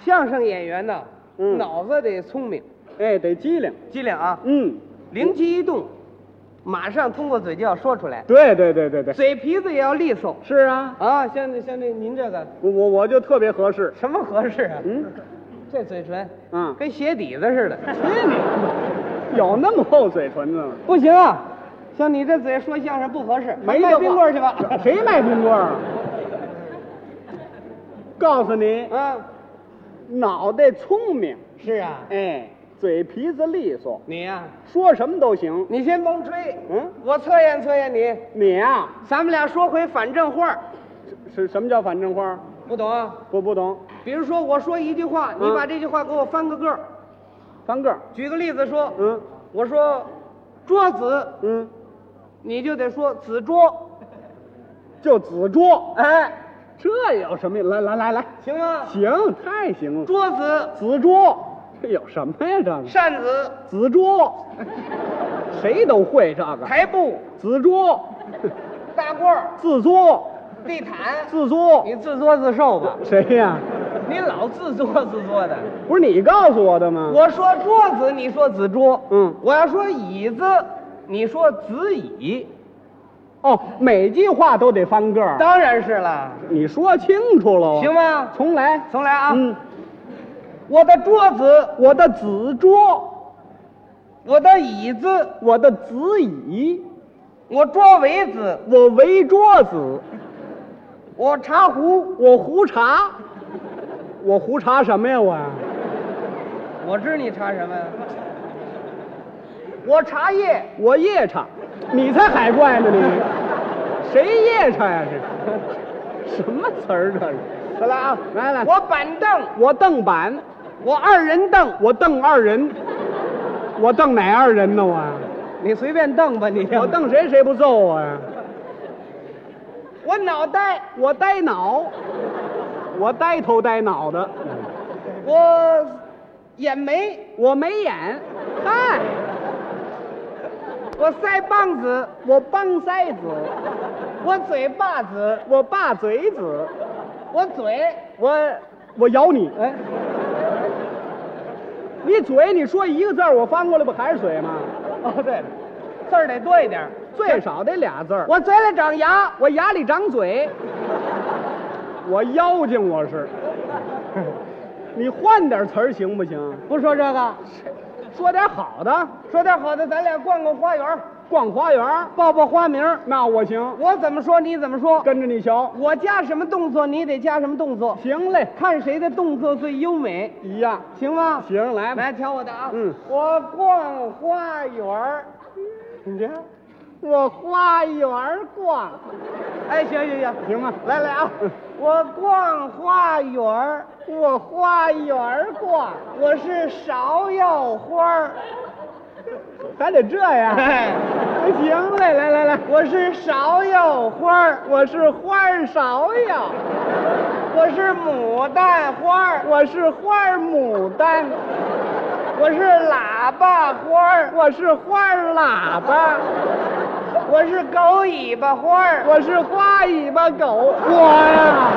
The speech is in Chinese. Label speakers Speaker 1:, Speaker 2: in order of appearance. Speaker 1: 相声演员呢，
Speaker 2: 嗯
Speaker 1: 脑子得聪明，
Speaker 2: 哎，得机灵。
Speaker 1: 机灵啊，
Speaker 2: 嗯，
Speaker 1: 灵机一动，马上通过嘴就要说出来，
Speaker 2: 对对对对对，
Speaker 1: 嘴皮子也要利索
Speaker 2: 是啊，
Speaker 1: 啊。像这像这您这个
Speaker 2: 我我我就特别合适。
Speaker 1: 什么合适啊？
Speaker 2: 嗯，
Speaker 1: 这嘴唇，
Speaker 2: 嗯
Speaker 1: 跟鞋底子似的，
Speaker 2: 去你！有那么厚嘴唇子吗？
Speaker 1: 不行啊。像你这嘴说相声不合适，
Speaker 2: 没
Speaker 1: 卖
Speaker 2: 啊这话
Speaker 1: 冰棍儿去吧。
Speaker 2: 谁卖冰棍儿啊？告诉你，
Speaker 1: 啊，
Speaker 2: 脑袋聪明，
Speaker 1: 是啊，
Speaker 2: 哎，嘴皮子利索，
Speaker 1: 你呀、
Speaker 2: 说什么都行。
Speaker 1: 你先甭吹，
Speaker 2: 嗯，
Speaker 1: 我测验测验你。
Speaker 2: 你啊，
Speaker 1: 咱们俩说回反正话儿，
Speaker 2: 是什么叫反正话？
Speaker 1: 不懂啊？
Speaker 2: 我不懂。
Speaker 1: 比如说我说一句话，你
Speaker 2: 嗯
Speaker 1: 把这句话给我翻个个儿。
Speaker 2: 翻个儿，
Speaker 1: 举个例子说，
Speaker 2: 嗯
Speaker 1: 我说桌子，
Speaker 2: 嗯，
Speaker 1: 你就得说子桌，
Speaker 2: 就子桌，
Speaker 1: 哎，
Speaker 2: 这有什么呀？来来来来，
Speaker 1: 行吗？
Speaker 2: 行，太行了。
Speaker 1: 桌子、
Speaker 2: 子桌，这有什么呀？这个
Speaker 1: 扇子、
Speaker 2: 子桌，谁都会这个。
Speaker 1: 台布、
Speaker 2: 子桌，
Speaker 1: 大褂儿、
Speaker 2: 自作，
Speaker 1: 地毯，
Speaker 2: 自作，
Speaker 1: 你自作自受吧，
Speaker 2: 谁呀、
Speaker 1: 你老自作自作的。
Speaker 2: 不是你告诉我的吗？
Speaker 1: 我说桌子，你说子桌，
Speaker 2: 嗯
Speaker 1: 我要说椅子，你说子椅，
Speaker 2: 哦，每句话都得翻个儿。
Speaker 1: 当然是啦，
Speaker 2: 你说清楚了，哦
Speaker 1: 行？吗？
Speaker 2: 重来。
Speaker 1: 重来啊！
Speaker 2: 嗯，
Speaker 1: 我的桌子，
Speaker 2: 我的子桌，
Speaker 1: 我的椅子，
Speaker 2: 我的子椅，
Speaker 1: 我桌围子，
Speaker 2: 我围桌子，
Speaker 1: 我茶壶。
Speaker 2: 我胡茶，我胡茶什么呀？我
Speaker 1: 我知你查什么呀？我茶叶，
Speaker 2: 我夜叉，你才海怪呢你，谁夜叉呀、这 什么词儿这是？再来啊，来来，
Speaker 1: 我板凳，
Speaker 2: 我瞪板，
Speaker 1: 我二人凳。
Speaker 2: 我瞪二人，我瞪哪二人呢？我啊
Speaker 1: 你随便瞪吧你。
Speaker 2: 我瞪谁谁不揍我呀？
Speaker 1: 我脑袋，
Speaker 2: 我呆脑，我呆头呆脑的，
Speaker 1: 我眼眉，
Speaker 2: 我没眼，嗨，
Speaker 1: 我腮帮子，
Speaker 2: 我帮腮子，
Speaker 1: 我嘴巴子，
Speaker 2: 我把嘴子，
Speaker 1: 我嘴，
Speaker 2: 我我咬你，
Speaker 1: 哎，
Speaker 2: 你嘴你说一个字儿，我翻过来不还是嘴吗？
Speaker 1: 哦对了，字儿得多一点儿。
Speaker 2: 最少得俩字儿，
Speaker 1: 我嘴里长牙，
Speaker 2: 我牙里长嘴， 我妖精我是， 你换点词儿行不行？
Speaker 1: 不说这个，
Speaker 2: 说点好的，
Speaker 1: 说点好的，咱俩逛逛花园，
Speaker 2: 逛花园，
Speaker 1: 报报花名。
Speaker 2: 那我行，
Speaker 1: 我怎么说你怎么说，
Speaker 2: 跟着你学。
Speaker 1: 我加什么动作你得加什么动作，
Speaker 2: 行嘞，
Speaker 1: 看谁的动作最优美，
Speaker 2: 一样。
Speaker 1: 行吗？
Speaker 2: 行，来吧。
Speaker 1: 来瞧我的啊，
Speaker 2: 嗯
Speaker 1: 我逛花园儿，
Speaker 2: 你这，我花园逛，
Speaker 1: 哎，行行行，
Speaker 2: 行吗？
Speaker 1: 来来啊，我逛花园儿，
Speaker 2: 我花园逛，
Speaker 1: 我是芍药花儿，
Speaker 2: 还得 这样。行嘞，来来来，
Speaker 1: 我是芍药花儿，
Speaker 2: 我是花儿芍药，
Speaker 1: 我是牡丹花儿，
Speaker 2: 我是花儿牡丹，
Speaker 1: 我是喇叭花儿，
Speaker 2: 我是花儿喇叭。
Speaker 1: 我是狗尾巴花儿，
Speaker 2: 我是花尾巴狗，我呀，